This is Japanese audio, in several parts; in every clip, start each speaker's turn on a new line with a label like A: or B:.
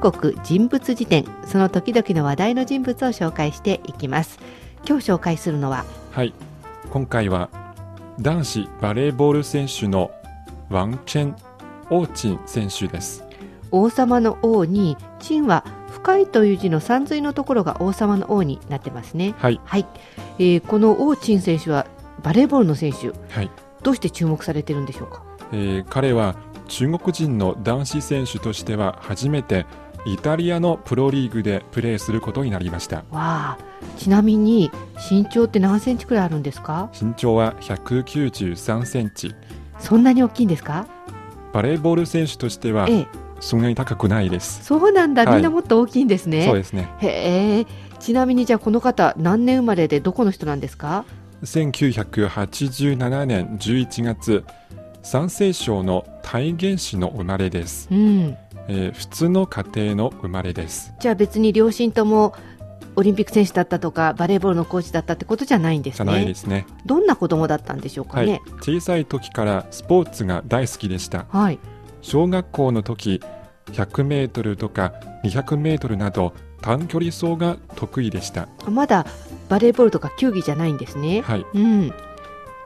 A: 国人物辞典その時々の話題の人物を紹介していきます今日紹介するのは
B: はい今回は男子バレーボール選手のワン・チェン・オーチン選手です
A: 王様の王にチンは深いという字の三髄のところが王様の王になってますね
B: はい
A: はい、えーこの王チン選手はバレーボールの選手
B: はい、
A: どうして注目されてるんでしょうか
B: えー彼は中国人の男子選手としては初めてイタリアのプロリーグでプレーすることになりました
A: わあちなみに身長って何センチくらいあるんですか
B: 身長は193センチ
A: そんなに大きいんですか
B: バレーボール選手としては
A: ええ
B: そんなに高くないです
A: そうなんだ
B: はい
A: みんなもっと大きいんですね、
B: そうですね
A: へえちなみにじゃあこの方何年生まれでどこの人なんですか
B: 1987年11月山西省の大原市の生まれです、
A: うん
B: えー普通の家庭の生まれです
A: じゃあ別に両親ともオリンピック選手だったとかバレーボールのコーチだったってことじゃないんです
B: じゃないで
A: ね
B: すね
A: どんな子供だったんでしょうか
B: はい
A: ね、
B: 小さい時からスポーツが大好きでした
A: はい、
B: 小学校の時 100m とか 200m など短距離走が得意でした
A: まだバレーボールとか球技じゃないんですね
B: はい
A: うん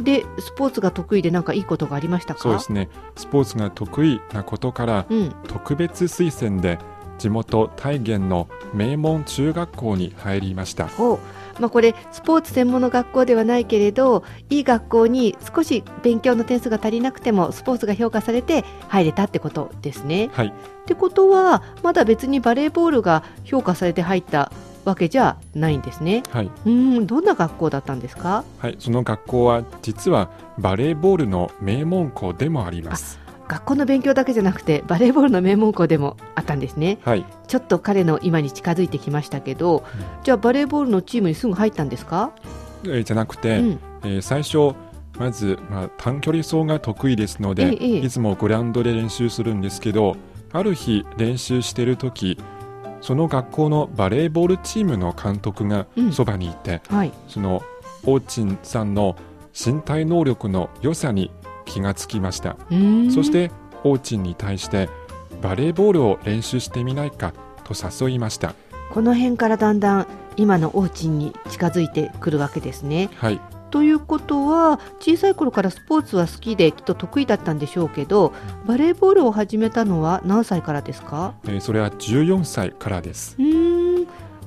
A: でスポーツが得意でなんかいいことがありましたか
B: そうですねスポーツが得意なことから
A: うん
B: 特別推薦で地元大原の名門中学校に入りました
A: を、まあ、これスポーツ専門の学校ではないけれどいい学校に少し勉強の点数が足りなくてもスポーツが評価されて入れたってことですね。
B: はい
A: ってことはまだ別にバレーボールが評価されて入ったわけじゃないんですね。
B: はいう
A: ーんどんな学校だったんですか
B: はい、その学校は実はバレーボールの名門校でもあります。
A: 学校の勉強だけじゃなくてバレーボールの名門校でもあったんですね。
B: はい、
A: ちょっと彼の今に近づいてきましたけどじゃあバレーボールのチームにすぐ入ったんですか、
B: えーじゃなくて、
A: うん、
B: えー最初まず、まあ、短距離走が得意ですので、
A: ええええ
B: いつもグラウンドで練習するんですけどある日練習してる時その学校のバレーボールチームの監督が
A: うん
B: そばにいて、
A: はい
B: そのオーチンさんの身体能力の良さに気がつきました。
A: うーん
B: そしてオーチンに対してバレーボールを練習してみないかと誘いました。
A: この辺からだんだん今のお家に近づいてくるわけですね。
B: はい、
A: ということは小さい頃からスポーツは好きできっと得意だったんでしょうけどバレーボールを始めたのは何歳からですか
B: えーそれは14歳からです。
A: うーん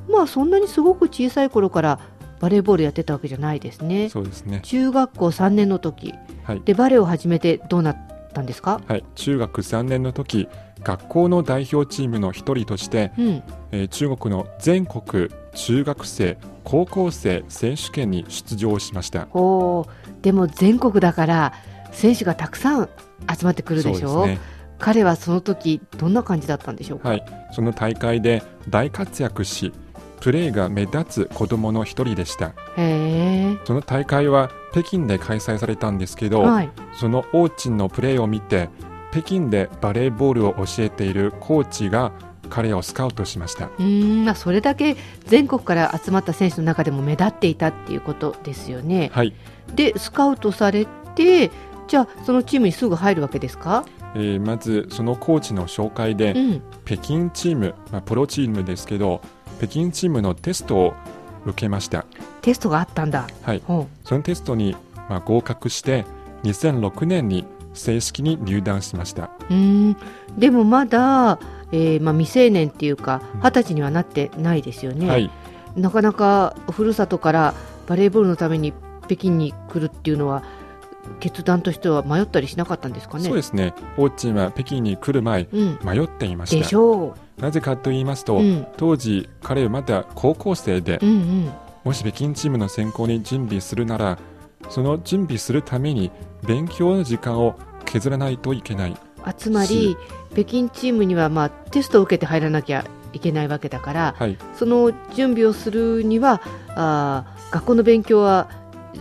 A: まあそんなにすごく小さい頃からバレーボールやってたわけじゃないですね。
B: そうですね。
A: 中学校3年の時
B: はい。
A: でバレーを始めてどうなったんですか
B: はい、中学3年の時、学校の代表チームの一人として、
A: うん、
B: えー中国の全国中学生高校生選手権に出場しました。
A: ほうでも全国だから選手がたくさん集まってくるでし
B: そ
A: ょ
B: うですね。
A: 彼はその時どんな感じだったんでしょうか
B: はい、その大会で大活躍し、プレーが目立つ子供の一人でした。
A: へえ。
B: その大会は北京で開催されたんですけど、
A: はい。
B: そのオーチンのプレーを見て北京でバレーボールを教えているコーチが彼をスカウトしました
A: うーん、まあそれだけ全国から集まった選手の中でも目立っていたっていうことですよね。
B: はい、
A: で、スカウトされて、じゃあそのチームにすぐ入るわけですか？
B: えーまずそのコーチの紹介
A: う
B: で
A: ん。
B: 北京チーム、まあ、プロチームですけど北京チームのテストを受けました
A: テストがあったんだ。
B: はい
A: ほ
B: そのテストに、まあ、合格して2006年に正式に入団しました
A: う。うーん。でもまだ、えーまあ未成年っていうか
B: うん
A: 二十歳にはなってないですよね。
B: はい、
A: なかなかふるさとからバレーボールのために北京に来るっていうのは決断としては迷ったりしなかったんですかね。
B: そうですねオーチンは北京に来る前
A: うん。
B: 迷っていまし
A: で
B: た
A: しょ
B: なぜかと言いますと、
A: う。うん。
B: 当時彼はまだ高校生で
A: うんうん。
B: もし北京チームの選考に準備するならその準備するために勉強の時間を削らないといけない
A: あつまり北京チームにはまあテストを受けて入らなきゃいけないわけだから
B: はい
A: その準備をするにはあー学校の勉強は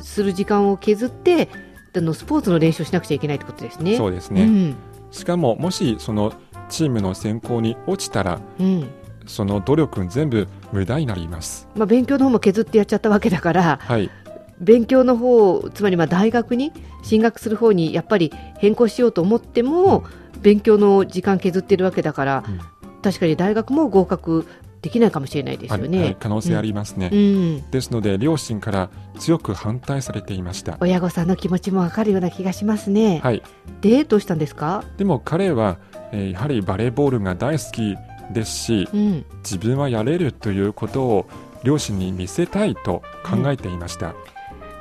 A: する時間を削ってあのスポーツの練習をしなくちゃいけないってことですね。
B: そううですね、
A: ん
B: しかももしそのチームの選考に落ちたら
A: うん
B: その努力全部無駄になります
A: まあ、勉強の方も削ってやっちゃったわけだから
B: はい
A: 勉強の方つまりまあ大学に進学する方にやっぱり変更しようと思っても勉強の時間削ってるわけだから
B: うん
A: 確かに大学も合格できないかもしれないですよね。
B: あはい可能性ありますね、
A: うん、
B: ですので両親から強く反対されていました
A: 親御さんの気持ちもわかるような気がしますね。
B: はい
A: でどうしたんですか？
B: でも彼は、えーやはりバレーボールが大好きですし
A: うん、
B: 自分はやれるということを両親に見せたいと考えていました、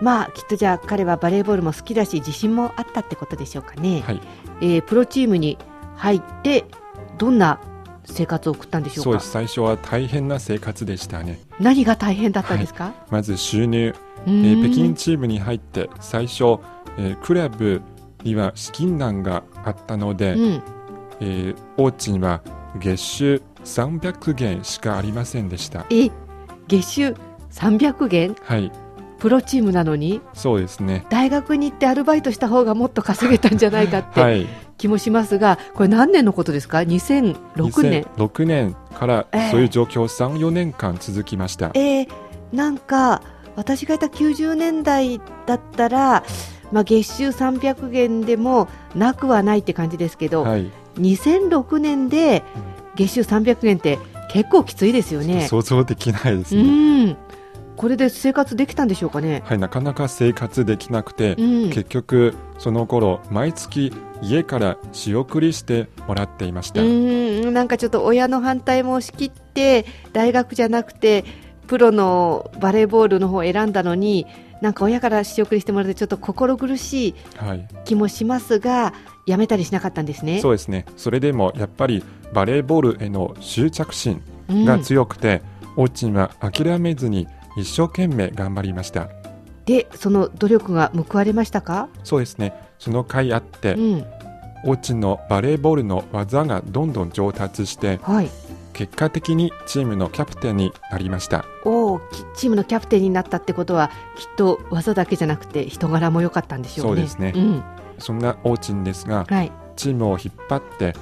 A: まあきっとじゃあ彼はバレーボールも好きだし自信もあったってことでしょうかね。
B: はい
A: えープロチームに入ってどんな生活を送ったんでしょうか。
B: そうです最初は大変な生活でしたね
A: 何が大変だったんですか？
B: まず収入、
A: う
B: え
A: ー
B: ー
A: ん
B: 北京チームに入って最初、えークラブには資金難があったので、
A: うん、
B: えー王子には月収300元しかありませんでした
A: え月収300元
B: はい
A: プロチームなのに
B: そうですね
A: 大学に行ってアルバイトした方がもっと稼げたんじゃないかっ
B: は
A: て
B: い
A: 気もしますが、これ何年のことですか2006年
B: 2006年から
A: ええ
B: そういう状況34年間続きました、
A: えーなんか私がいた90年代だったら、まあ、月収300元でもなくはないって感じですけど、
B: はい、
A: 2006年で月収300円って結構きついですよね。
B: 想像できないです
A: う
B: ね、
A: んこれで生活できたんでしょうかね。
B: はい、なかなか生活できなくて、
A: うん、
B: 結局その頃毎月家から仕送りしてもらっていまし
A: う
B: た、
A: ーんなんかちょっと親の反対も押し切って大学じゃなくてプロのバレーボールの方を選んだのになんか親から仕送りしてもらってちょっと心苦しい
B: はい、
A: 気もしますがやめたりしなかったんですね。
B: そうですねそれでもやっぱりバレーボールへの執着心
A: うん
B: が強くて、オーチンは諦めずに一生懸命頑張りました
A: でその努力が報われましたか、
B: そうですねその甲斐あって、
A: うん
B: オーチンのバレーボールの技がどんどん上達して
A: はい、
B: 結果的にチームのキャプテンになりました
A: おーきチームのキャプテンになったってことはきっと技だけじゃなくて人柄も良かったんでしょうね。
B: そうですね
A: ん
B: そんなオーチンですが
A: はい、
B: チームを引っ張って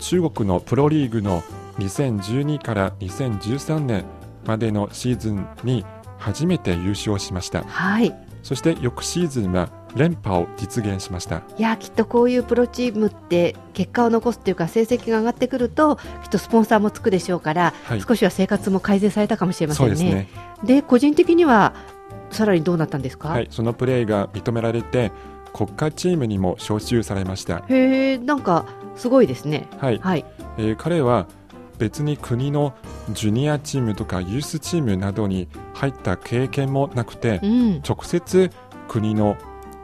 B: 中国のプロリーグの2012から2013年までのシーズンに初めて優勝しました
A: はい
B: そして翌シーズンは連覇を実現しました
A: いやきっとこういうプロチームって結果を残すっていうか成績が上がってくるときっとスポンサーもつくでしょうから、
B: はい
A: 少しは生活も改善されたかもしれませ
B: そうんで
A: ね。
B: す
A: で
B: ね
A: 個人的にはさらにどうなったんですか、
B: はいそのプレーが認められて国家チームにも招集されました
A: へえなんかすごいですね。
B: はい、
A: はい、
B: えー彼は別に国のジュニアチームとかユースチームなどに入った経験もなくて
A: うん
B: 直接国の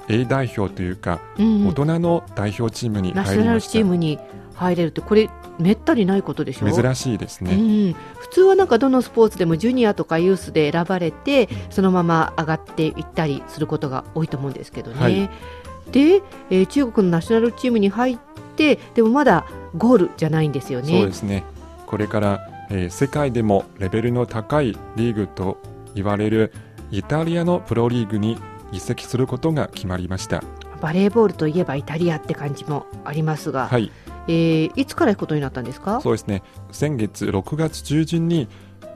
B: A 代表というか
A: うん
B: 大人の代表チームに
A: ナショ
B: 入り
A: ナ
B: ま
A: ル
B: し
A: チームに入れるってこれめったにないことでしょ
B: た珍しいですね、
A: うん、普通はなんかどのスポーツでもジュニアとかユースで選ばれてそのまま上がっていったりすることが多いと思うんですけどね。
B: はい
A: で、えー中国のナショナルチームに入ってでもまだゴールじゃないんですよね。
B: そうですねこれから、えー世界でもレベルの高いリーグと言われるイタリアのプロリーグに移籍することが決まりました
A: バレーボールといえばイタリアって感じもありますが、
B: はい
A: いえーいつから行くことになったんですか
B: そうですね先月6月中旬に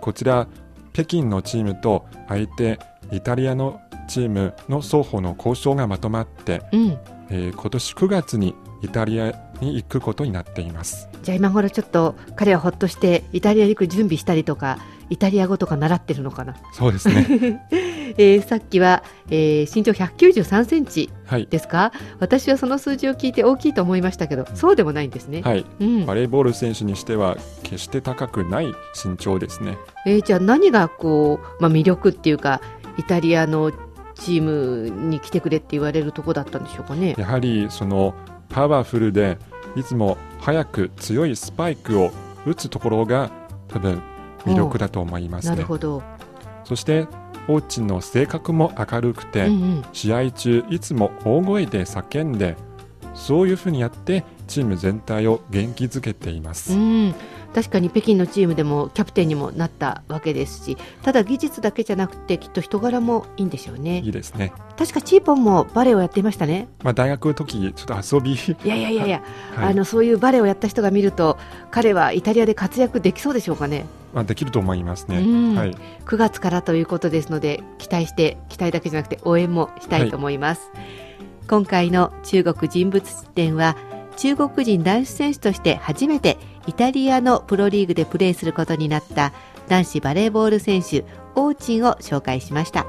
B: こちら北京のチームと相手イタリアのチームの双方の交渉がまとまって、
A: うん、
B: えー今年9月にイタリアに行くことになっています
A: じゃあ今頃ちょっと彼はほっとしてイタリアに行く準備したりとかイタリア語とか習ってるのかな、
B: そうです ね
A: えーさっきは、えー身長193センチ
B: はい
A: ですか私はその数字を聞いて大きいと思いましたけどそうでもないんですね、
B: はい
A: うん
B: バレーボール選手にしては決して高くない身長ですね。
A: えーじゃあ何がこう、まあ、魅力っていうかイタリアのチームに来てくれって言われるとこだったんでしょうかね
B: やはりそのパワフルでいつも早く強いスパイクを打つところが多分魅力だと思います
A: なる
B: ね。
A: ほど、
B: そしてオーチンの性格も明るくて、
A: うんうん、
B: 試合中いつも大声で叫んでそういうふうにやってチーム全体を元気づけています。
A: うん、確かに北京のチームでもキャプテンにもなったわけですしただ技術だけじゃなくてきっと人柄もいいんでしょうね
B: いいですね。
A: 確かチーポンもバレエをやっていましたね
B: まあ大学の時ちょっと遊び、
A: いやいやいやいや、
B: は
A: あ
B: い
A: のそういうバレエをやった人が見ると彼はイタリアで活躍できそうでしょうかね
B: まあ、できると思いますね。
A: うん
B: はい、
A: 9月からということですので期待して期待だけじゃなくて応援もしたいと思います、今回の中国人物展は中国人男子選手として初めてイタリアのプロリーグでプレーすることになった男子バレーボール選手オーチンを紹介しました。